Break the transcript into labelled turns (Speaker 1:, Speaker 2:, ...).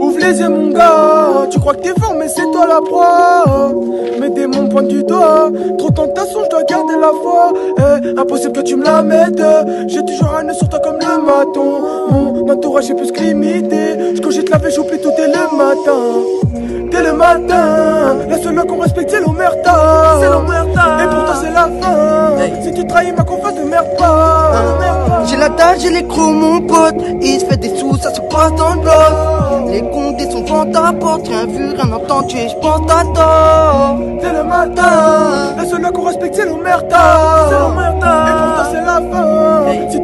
Speaker 1: Ouvre les yeux mon gars, tu crois que t'es fort mais c'est toi la proie Mes démons pointent du doigt, trop tentation je dois garder la foi Eh, Impossible que tu me la mettes, j'ai toujours un nœud sur toi comme le maton Mon entourage est plus que limité, je cogite la vie j'oublie tout dès le matin Dès le matin, la seule qu'on respecte c'est l'omerta
Speaker 2: C'est l'omerta.
Speaker 1: Et pour toi c'est la fin,
Speaker 2: Hey. Ah,
Speaker 1: si tu trahis ma confiance ne merde pas
Speaker 3: J'ai la dalle, j'ai les crocs, mon pote. Il se fait des sous, ça se passe dans le bloc. Les condés sont devant ta porte. Rien vu, rien entendu, je pense à tort.
Speaker 1: Dès le matin, la seule qu'on respecte c'est l'omerta
Speaker 2: C'est l'omerta.
Speaker 1: Et pour toi c'est la fin,
Speaker 2: Hey.
Speaker 1: Si